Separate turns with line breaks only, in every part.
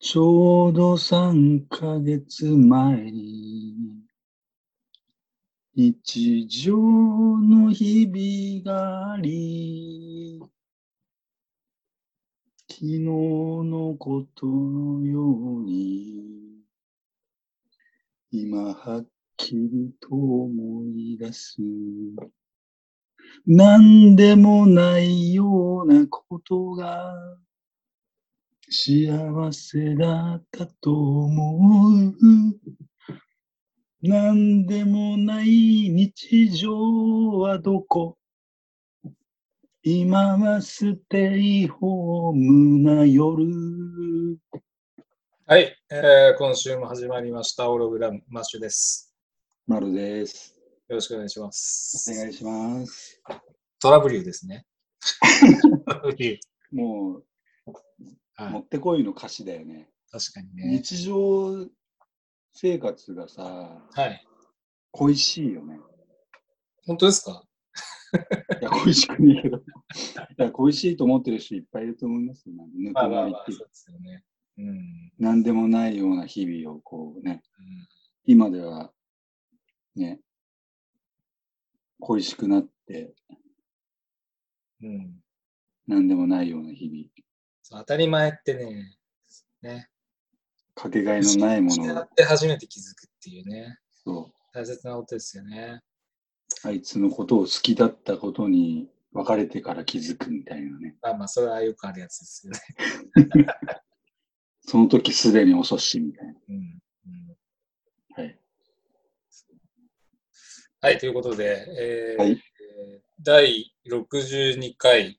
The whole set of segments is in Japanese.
ちょうど3ヶ月前に、日常の日々があり、昨日のことのように、今はっきりと思い出す。何でもないようなことが幸せだったと思う。何でもない日常はどこ今はステイホームな夜。
はい、えー今週も始まりましたオログラムマッシュです。
まるです。
よろしくお願いしま
お願
す。
いします。
トラブリューですね。トラブリュー。
もう、
はい
もってこいの歌詞だよね。
確かにね。
日常生活がさ、
はい。
恋しいよね。
本当ですか
いや、恋しくねえけど。いや、恋しいと思ってる人いっぱいいると思いますよ。ぬく
まあま
も
あ
り
まあ、
って
そ
いう
うですよね。うん。うん
何でもないような日々をこうね、今ではね、恋しくなって
うん。
何でもないような日々、
そう当たり前ってね、ね。
かけがえのないも
失
のを
って初めて気づくっていうね。
そ
大切なことですよね。
う、あいつのことを好きだったことに別れてから気づくみたいなね、
まあまあ、それはよくあるやつですよね。
その時すでに遅しみたいな。
うん。うん
はい。
はい、ということで、えー
はい
えー第62回、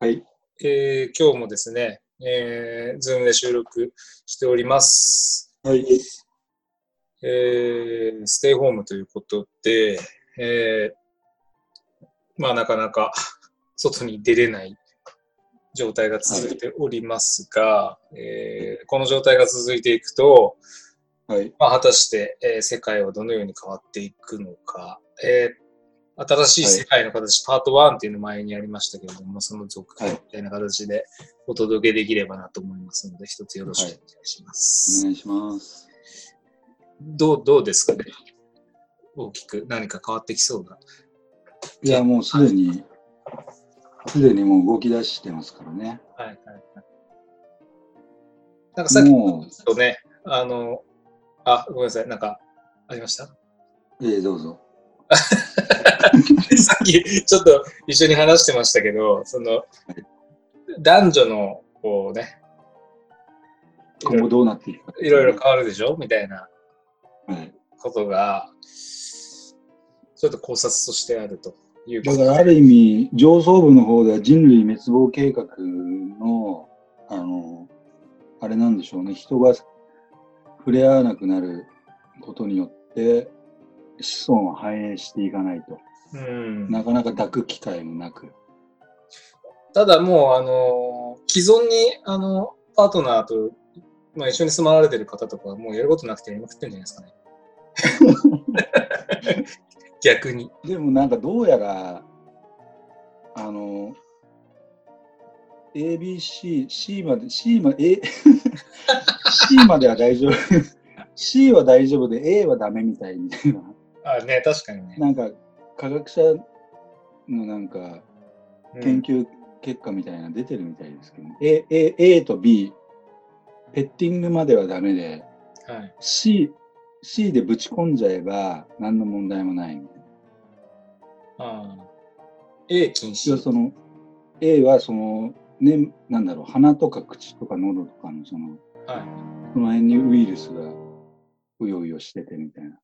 はい。
えー今日もですね、えー、Zoom で収録しております。
はい。
えーステイホームということで、えーまあなかなか 外に出れない状態が続いておりますが、えーこの状態が続いていくと、
はい。
まあ、果たして、えー世界はどのように変わっていくのか、えー新しい世界の形、パート1っていうのを前にやりましたけれども、その続
は
編
い
みたいな形でお届けできればなと思いますので、一つよろしくお願いしま
お
す。
願いします。
どうどうですかね大きく何か変わってきそうな。
いや、もうすでに、すでにもう動き出してますからね。
はいはいはい。なんかさっき
も
とね、あの、あ、ごめんなさい、なんかありました
う、ええどうぞ。
さっきちょっと一緒に話してましたけど、その男女のこうね、
今後
いろいろ
どうなっていくか。
いろいろ変わるでしょみたいな
はい。
ことが、ちょっと考察としてあるというこ
だ
と
からある意味、上層部の方では人類滅亡計画の、あの、あれなんでしょうね、人が触れ合わなくなることによって、子孫は繁栄していかないと、
うん、
なかなか抱く機会もなく、
ただもう、あの、既存にあのパートナーと、まあ、一緒に住まわれてる方とかはもうやることなくてやりまくってるんじゃないです かね。逆に。
でもなんかどうやら、あの、ABC、C まで、C まで、A、C までは大丈夫。C は大丈夫で A はダメみたいみたいな。
あね、確かにね。
なんか科学者のなんか
うん
研究結果みたいなの出てるみたいですけど、A, A, A と B、ペッティングまではダメで、
はい、
C、C でぶち込んじゃえば何の問題もないみたいな。
ああ A 禁
一応
止。
その A はその、ね、なんだろう、鼻とか口とか喉とかのその、
はい
その辺にウイルスがうようよしててみたいな。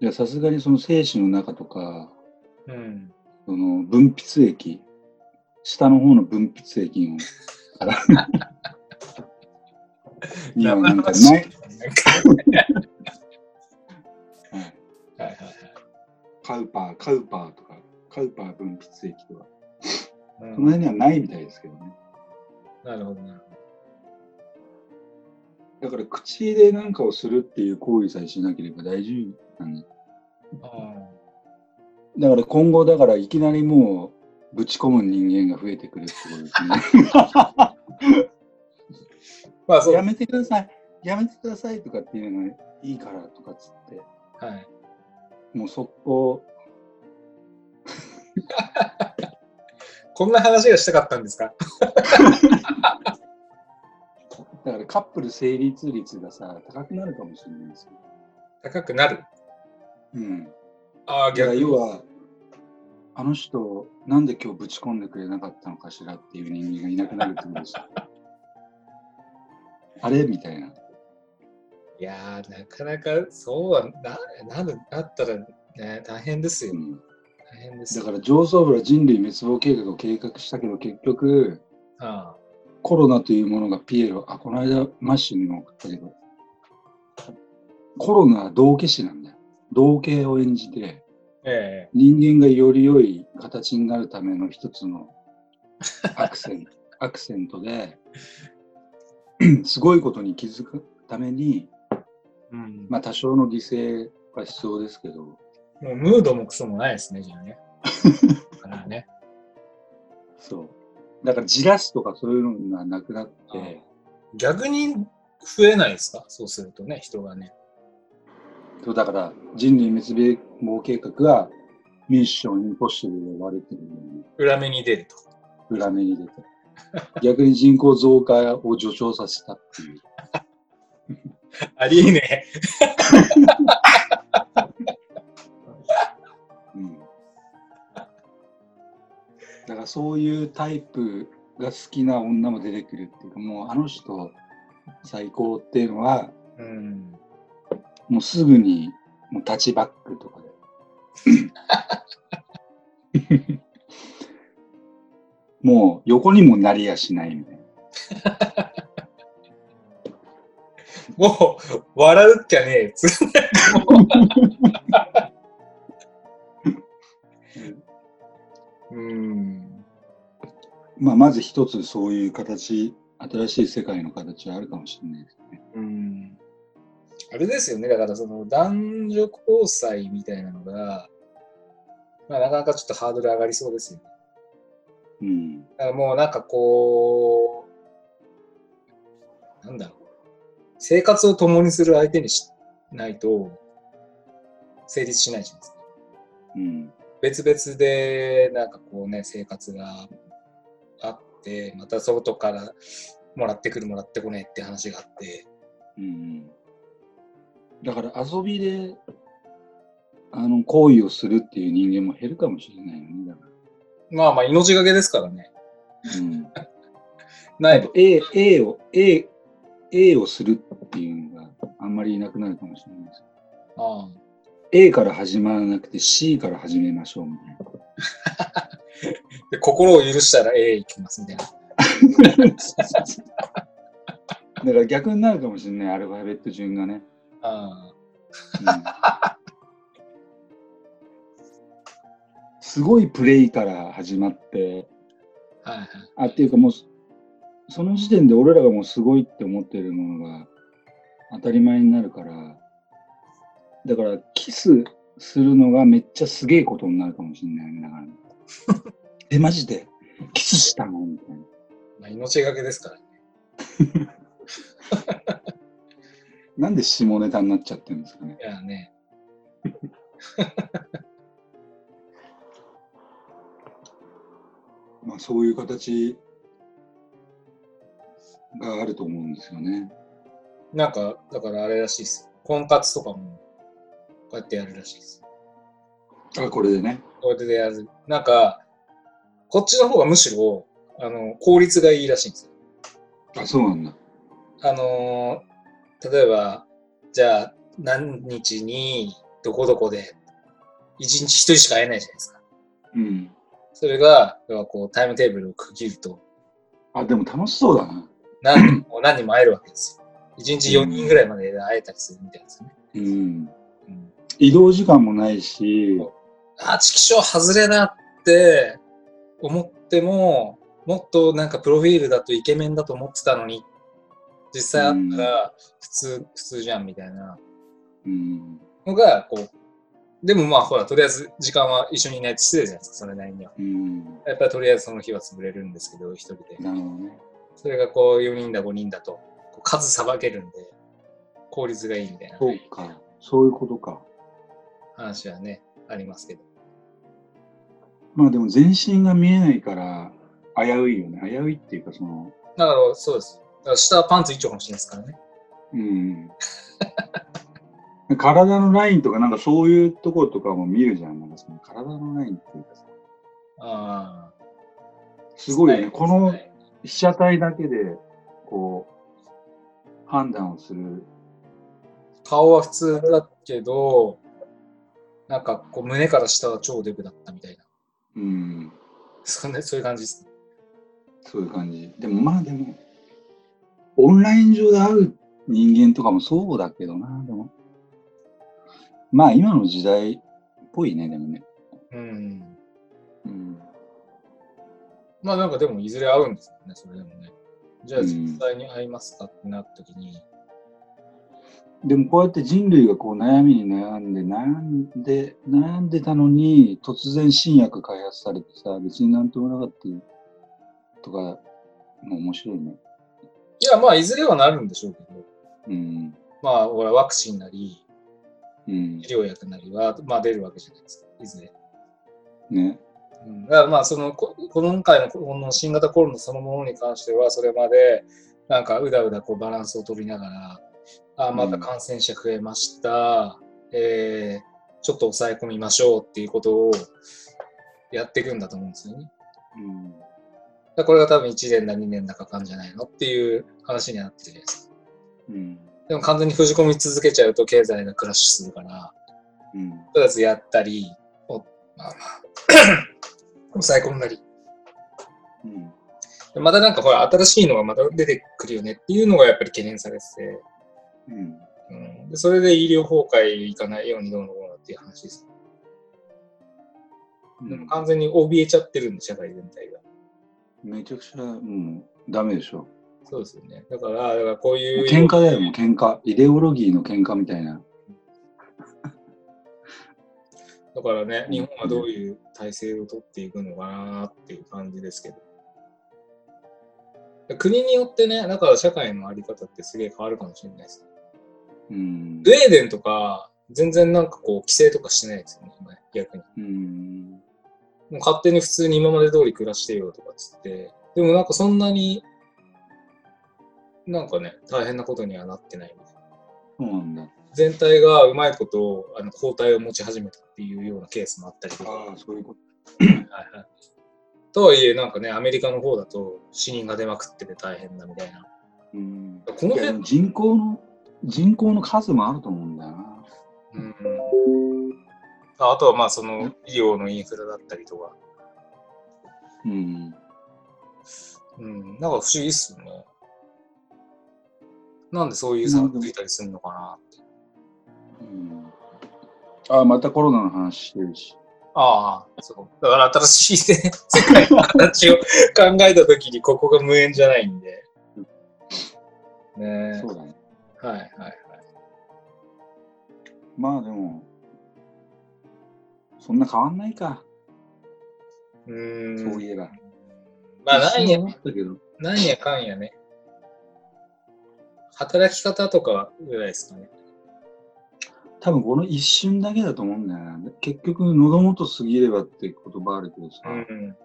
いや、さすがにその精子の中とか、
うん
その分泌液、下の方の分泌液を、あら にはなんかない、はい
はいはいはい
カウパー、カウパーとか、カウパー分泌液とか、
うん
その辺にはないみたいですけどね。
なるほどなるほ
だから口で何かをするっていう行為さえしなければ大丈夫なんだ。
ど。あ
だから今後、だからいきなりもう、ぶち込む人間が増えてくるってことですね。
ま あそう。
や
はい。
めてください、やめてくださいとかっていうのがいいからとかっつって、もう速攻、
こんな話がしたかったんですか
だからカップル成立率がさ、高くなるかもしれないですよ。
高くなる。
うん。
ああ、
だから
逆に。
要は、あの人、なんで今日ぶち込んでくれなかったのかしらっていう人間がいなくなるってことですよ。あれみたいな。
いやー、なかなかそうはな、なる、なったら、ね、大変ですよ
う。ん
大変です
だ
よ。
から上層部は人類滅亡計画を計画したけど、結局、
あ
コロナというものがピエロ、あ、この間マッシュにも送ったけど、コロナは道化師なんだよ。道化を演じて、
あえ
人間がより良い形になるための一つのアクセントアクセントで、すごいことに気づくために、
えうん。
まあ多少の犠牲は必要ですけど、
もうムードもクソもないですね、じゃ あね。だからね。
そう。だからじらすとかそういうのがなくなって、
逆に増えないですかそうするとね、人がね。
そうだから人類滅亡計画がミッションインポッシブルで割れてるのに
裏目に出ると。
裏目に出て逆に人口増加を助長させたっていう
ありえねえ。
うんだからそういうタイプが好きな女も出てくるっていうかもうあの人最高っていうのは
うん。
もうすぐにもうタッチバックとかでもう横にもなりやしないみたいな
もう、笑うっきゃねえ。つ うん。
まあ、まず一つそういう形新しい世界の形はあるかもしれないですね。
うん。あれですよね。だから、その、男女交際みたいなのが、まあ、なかなかちょっとハードル上がりそうですよね。
うん、
だからもう、なんかこう、なんだろう。生活を共にする相手にしないと、成立しないじゃないですか。
うん、
別々でなんかこうね生活があってまた外からもらってくるもらってこねえって話があって
うん。だから遊びであの行為をするっていう人間も減るかもしれないよね。だか
まあまあ命がけですからね
らうん、
ないと
A, A を A, A をするっていうのがあんまりいなくなるかもしれないです。
あ
A から始まらなくて C から始めましょうみたいな。
あで心を許したらええ行きますみたいな
だから逆になるかもしれない、アルファベット順がね。
ああ
うんすごいプレイから始まって、
はいはい
あ、っていうかもう、その時点で俺らがもうすごいって思ってるものが当たり前になるから、だからキスするのがめっちゃすげえことになるかもしれないよね、だから、ね。え、マジでキスしたのみたいな。
まあ、命がけですから
なんで下ネタになっちゃってるんですかね。
いやね
まあそういう形があると思うんですよね。
なんかだからあれらしいです婚活とかもこうやってやるらしいです
あ、これでね。
こうやってやるなんかこっちの方がむしろあの効率がいいらしいんですよ
あ、そうなんだ。
あのー例えば、じゃあ、何日に、どこどこで、一日一人しか会えないじゃないですか。
うん。
それが、要はこう、タイムテーブルを区切ると、
あ、でも楽しそうだな。
何人も何人も会えるわけですよ。一日4人ぐらいまで会えたりするみたいですよね。
うん。
うん、
移動時間もないし、
あー、チキショー外れなって思っても、もっとなんかプロフィールだとイケメンだと思ってたのに、実際会ったら普通、普通じゃんみたいな。
うん。
のが、こう、でもまあほら、とりあえず時間は一緒にいないと失礼じゃないですか、それなりには。
うん。
やっぱりとりあえずその日は潰れるんですけど、一人で。
なるほどね。
それがこう、4人だ、5人だと、こう数さばけるんで、効率がいいみたいな
そうか。そういうことか。
話はね、ありますけど。
まあでも全身が見えないから危ういよね。危ういっていうかその、
だから、そうです。だから下はパンツ一丁かもしれないですからね。
うん。体のラインとかなんかそういうところとかも見るじゃん。なんかその体のラインっていうかさ。
ああ。
すごいよ
伝え
ね。
る
この
伝える
被写体だけで、こう、判断をする。
顔は普通だけど、なんかこう胸から下は超デブだったみたいな。
うん。
そんな、そういう感じです。
そういう感じ。でもまあでも、オンライン上で会う人間とかもそうだけどな、でも。まあ今の時代っぽいね、でもね。
うん。
うん。
まあなんかでもいずれ会うんですよね、それでもね。じゃあ
うん
実際に会いますかってなった時に、
でもこうやって人類がこう悩みに悩んで、悩んで、悩んでたのに、突然新薬開発されてさ、別になんともなかったとか、もう面白いね。
いやまあいずれはなるんでしょうけど、
うん。
まあほらワクチンなり、
うん
医。療薬なりは、まあ出るわけじゃないですか、いずれ。
ね。
うん、だからまあそのこ今回のこの新型コロナそのものに関してはそれまでなんかうだうだこうバランスを取りながらあーまた感染者増えました、えーちょっと抑え込みましょうっていうことをやっていくんだと思うんですよね。
うん。
だからこれが多分1年だ2年だかかんじゃないのっていう話になってるじゃないですか。
うん。
でも完全に封じ込み続けちゃうと経済がクラッシュするから、
うん。
とりあえずやったり、おまあま あ抑え込んだり
うん。
でまたなんかほら、新しいのがまた出てくるよねっていうのがやっぱり懸念されてて、
うん。
うん、でそれで医療崩壊いかないようにどうのこうのっていう話です。でも完全に怯えちゃってるんで、社会全体が。
めちゃくちゃ、うん、ダメでしょ。
そうですよね。だから、だからこういう。
喧嘩だよ、もう喧嘩。イデオロギーの喧嘩みたいな。
だからね、日本はどういう体制を取っていくのかなっていう感じですけど。国によってね、だから社会のあり方ってすげえ変わるかもしれないです。
うん
ス。ウェーデンとか、全然なんかこう、規制とかしてないですよね、今逆に。
うん。
もう勝手に普通に今まで通り暮らしてよとかっつって、でもなんかそんなに、なんかね、大変なことにはなってないみたいな。
そうなんだ。
全体がうまいことあの抗体を持ち始めたっていうようなケースもあったりとか。
ああ、そういうこと。
はいはいとはいえ、なんかね、アメリカの方だと死人が出まくってて大変だみたいな。
うん。
この
いやで
辺
も、人口の、人口の数もあると思うんだよな。
うん、ああとはまあその医療のインフラだったりとか、
うん。
うん、なんか不思議っすよね。なんでそういう差がついたりするのかなって。
うん、ああ、またコロナの話してるし。
ああ、そう。だから新しい、ね、 世界の形を考えたときに、ここが無縁じゃないんで。ねえ。
そうだね。
はいはいはい。
まあでも、そんな変わんないか。
うーん。
そういえば。
まあ、なんや
一、瞬思ったけど。
なんやかんやね。働き方とかぐらいですかね。
多分この一瞬だけだと思うんだよな。結局、喉元過ぎればって言葉あるけどさ、
うん。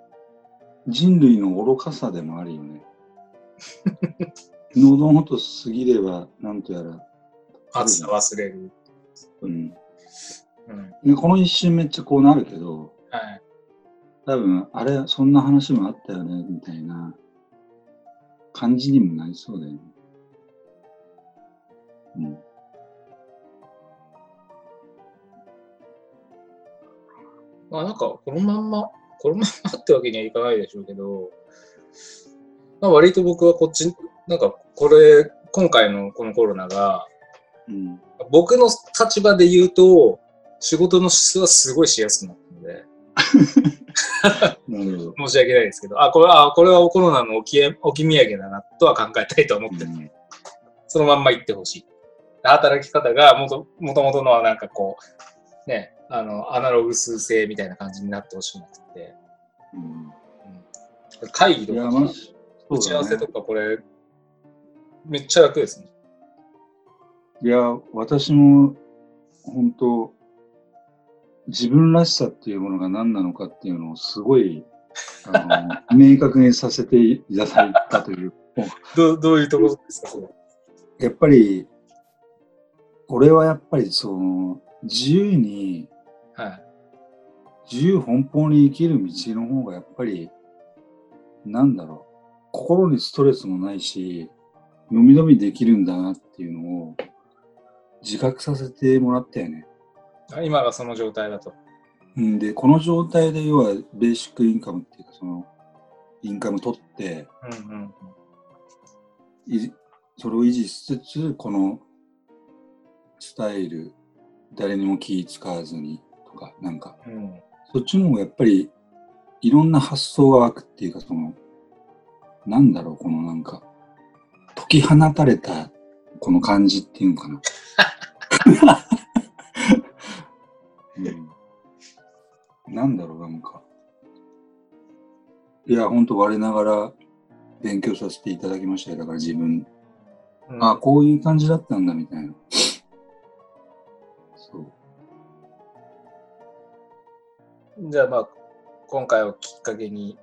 人類の愚かさでもあるよね。喉元過ぎれば、なんとやら。
暑さ忘れる。
うん、
うん。
でこの一瞬めっちゃこうなるけど、
はい。
多分、あれ、そんな話もあったよね、みたいな感じにもなりそうだよね。うん。
まあなんか、このまんま、このまんまってわけにはいかないでしょうけど、まあ割と僕はこっち、なんかこれ、今回のこのコロナが、
うん。
僕の立場で言うと、仕事の質はすごいしやすくなったので、
なるほど。
申し訳ないですけど、あ、これは、あこれはコロナの置きえ置き土産だなとは考えたいと思ってる、
うん
そのまんま言ってほしい。働き方がもともともとのはなんかこう、ね、あの、アナログ数制みたいな感じになってほしくなくて、
うん
会議と
いや、
か、
まあ、そうだね
打ち合わせとかこれ、めっちゃ楽ですね。
いや、私も本当、自分らしさっていうものが何なのかっていうのをすごい、あの明確にさせていただいたという。
どどういうところですか、それ
やっぱり、俺はやっぱりその、自由に、
はい。
自由奔放に生きる道の方がやっぱり、なんだろう、心にストレスもないし、のみのみできるんだなっていうのを自覚させてもらったよね。
あ今がその状態だと。
うんで、この状態で要はベーシックインカムっていうか、その、インカム取って、
うんうんうん。
いそれを維持しつつ、このスタイル、誰にも気使わずにとか、なんか、
うん、
そっちの方がやっぱり、いろんな発想が湧くっていうか、その、なんだろう、このなんか、解き放たれた、この感じっていうのかな。うん、なんだろう、なんか。いや、ほんと我ながら勉強させていただきましたよ。だから自分、
うん
あ、こういう感じだったんだ、みたいな。そう。
じゃあまあ、今回をきっかけに、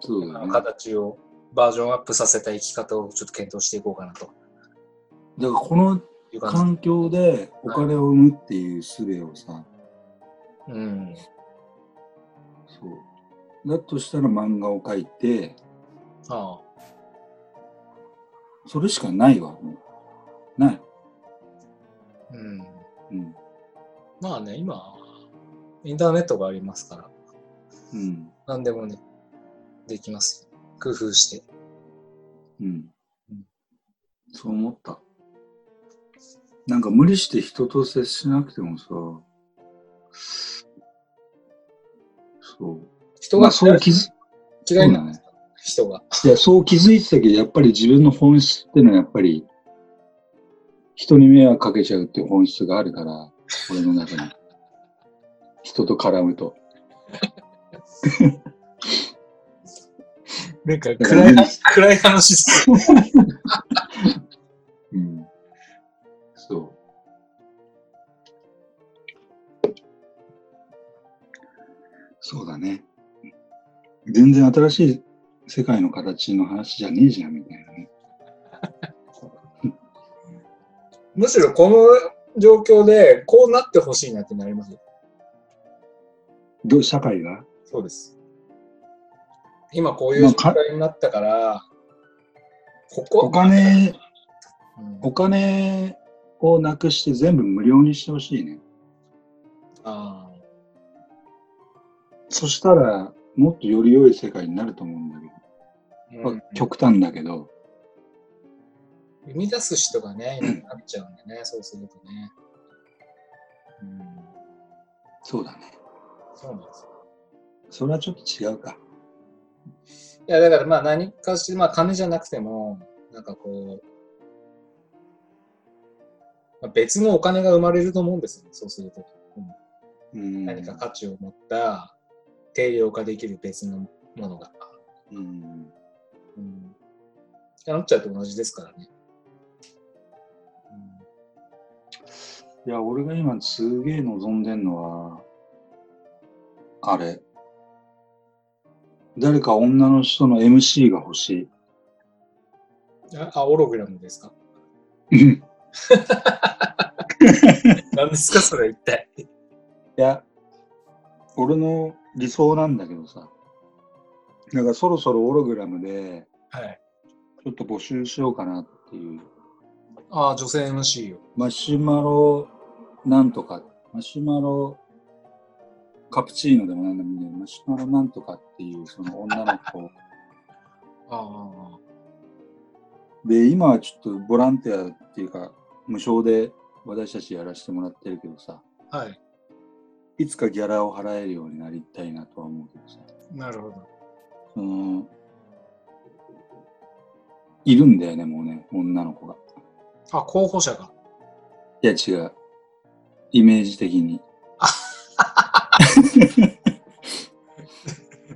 そうだ
あ
ね。
の
だか
形をバージョンアップさせた生き方をちょっと検討していこうかなと
らこの
いう感
環境でお金を生むっていう術をさ、
じ。うん。
そう。だとしたら漫画を描いて、
あ
それしかないわ、もう。ない。
あうん、
うん。
まあね、今、インターネットがありますから、
うん。
何でもね、できますよ。工夫して。
うん
うん。
そう思った。なんか無理して人と接しなくてもさ、そう。
人
ま
が
あそう気づ
嫌い
そう
な
だね。
人が。
いや、そう気づいてたけど、やっぱり自分の本質ってのはやっぱり、人に迷惑かけちゃうっていう本質があるから、俺の中に。 人と絡むと。
なんか
だから
暗い、暗い話です。
うん。そう。そうだね。全然新しい世界の形の話じゃねえじゃん、みたいなね。
むしろこの状況で、こうなってほしいなってなりますよ。
どう社会が
そうです。今こういう状態になったから、ここ
お金、
うん
お金をなくして全部無料にしてほしいね。
あー
そしたら、もっとより良い世界になると思うんだけど、
うん
まあ極端だけど、
生み出す人がね、いなくなっちゃうんでね、そうするとね。うん、
そうだね。
そうなんですよ。
それはちょっと違うか。
いや、だからまあ何かしら、まあ金じゃなくても、なんかこう、まあ、別のお金が生まれると思うんですよね、そうすると。
うん
何か価値を持った、定量化できる別のものが。
うん。
うん。なっちゃうと同じですからね。
いや、俺が今すげえ望んでんのは、あれ。誰か女の人の MC が欲し
うんあ、あオログラムですか
い。い
何ですか、それ一体。
や、俺の理想なんだけどさ。なんかそろそろオログラムで、
はい。
ちょっと募集しようかなっていう。
ああ、女性 MC よ。
マシュマロなんとか、マシュマロカプチーノでもなんでもいいんだけどマシュマロなんとかっていうその女の 子。
ああ。
で、今はちょっとボランティアっていうか、無償で私たちやらせてもらってるけどさ、
はい、
いつかギャラを払えるようになりたいなとは思うけどさ、
なるほど。
その、いるんだよね、もうね、女の子が。
あ、候補者が。
いや、違う。イメージ的に。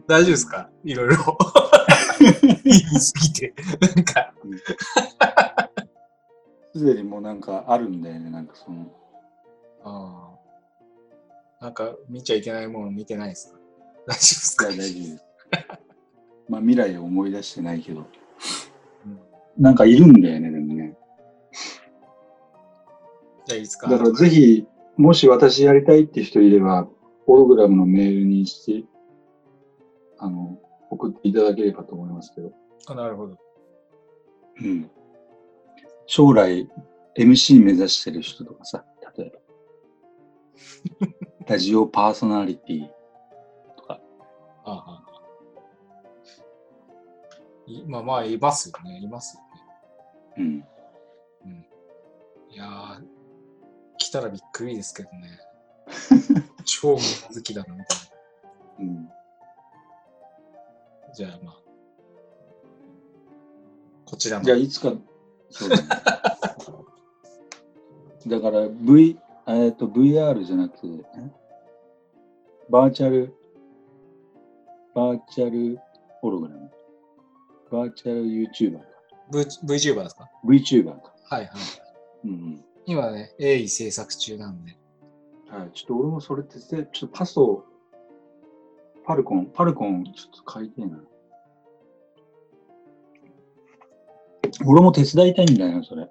大丈夫ですかいろいろ。言いすぎて、なんか、
すでにもうなんかあるんだよね、なんかその。
あーなんか見ちゃいけないもの見てないですか大丈夫ですか
いや、大丈夫 です。まあ、未来を思い出してないけど。
うん
なんかいるんだよね、でもね。
じゃあいいですか
だからぜひ、もし私やりたいって人いれば、ホログラムのメールにして、あの、送っていただければと思いますけど。
あなるほど。
うん。将来、MC 目指してる人とかさ、例え ば。ラジオパーソナリティ。
あーあーいまあまあ、いますよね。いますよね。
うん。
いやー、来たらびっくりですけど ね。超物好きだな、みたい
うん。
な。じゃあまあ、こちらも
じゃあ、いつか、そうだね。だから、V、えっと、VR じゃなくて、んバーチャル、バーチャルホログラム。バーチャル YouTuber か。
V- VTuber ですか
VTuber か。
はいはい。
うん
今ね、鋭意制作中なんで。
うん。はい。ちょっと俺もそれって、ちょっとパソ、パルコン、パルコン、ちょっと買いたいな。俺も手伝いたいんだよな、それ。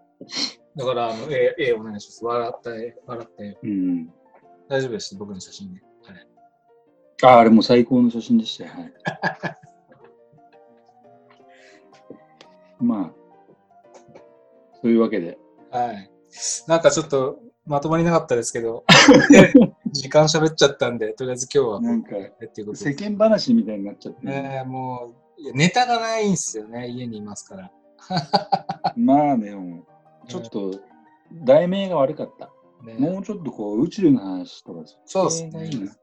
だから、あの、ええお願いします。笑った絵、笑った絵。
うん。
大丈夫です、僕の写真で。あれ
ああ、あれも最高の写真でしたよ。はい、 まあ、そういうわけで。
はい。なんかちょっと、まとまりなかったです けど、時間喋っちゃったんで、とりあえず今日は、
なんか
っていうこと
世
で。
間話みたいになっちゃって、ね、
ねえもう、いやネタがないんですよね、家にいますから。
まあね、もうちょっと題名が悪かった。
ね
もうちょっとこう宇宙の話とか
そうです
れが
ね
いいな。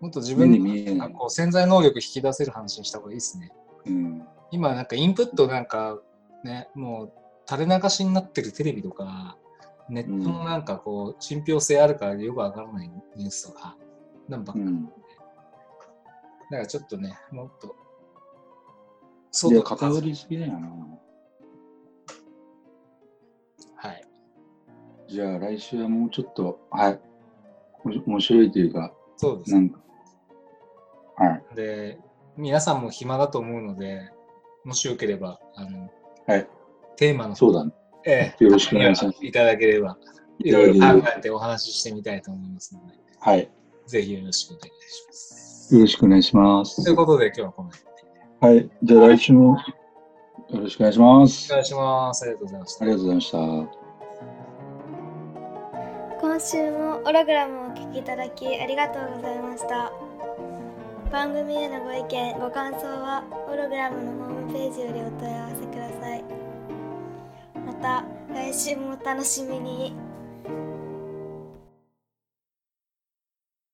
もっと自
目
分
に
の
見え
な
なんい
か。こう潜在能力引き出せる話にした方がいいですね。
うん。
今なんかインプットなんかね、もう垂れ流しになってるテレビとか、ネットのなんかこう、信憑性あるからよくわからないニュースとか、なんか
う
ばっか、
ん、
だからちょっとね、もっと、
い
外
や、
か
偏りすぎだよな。
はい。
じゃあ来週はもうちょっと、はい。おもし面白いというか、
そうです
な
ね。
んか、はい。
で、皆さんも暇だと思うので、もしよければ、あの、
はい
テーマの
そうだね。
ええ、
よろしくお願いします
いただければ、いろいろ考えてお話ししてみたいと思いますので、
はい。
ぜひよろしくお願いします。
よろしくお願いします
という。ことで、今日はこの辺で
はい。じゃあ来週もよろしくお願いします。
お
あ
願いします。ありがとうございました
り。がとうございました。
今週もオログラムをお聞きいただきありがとうございました番組へのご意見ご感想はオログラムのホームページよりお問い合わせくださいまた来週もお楽しみに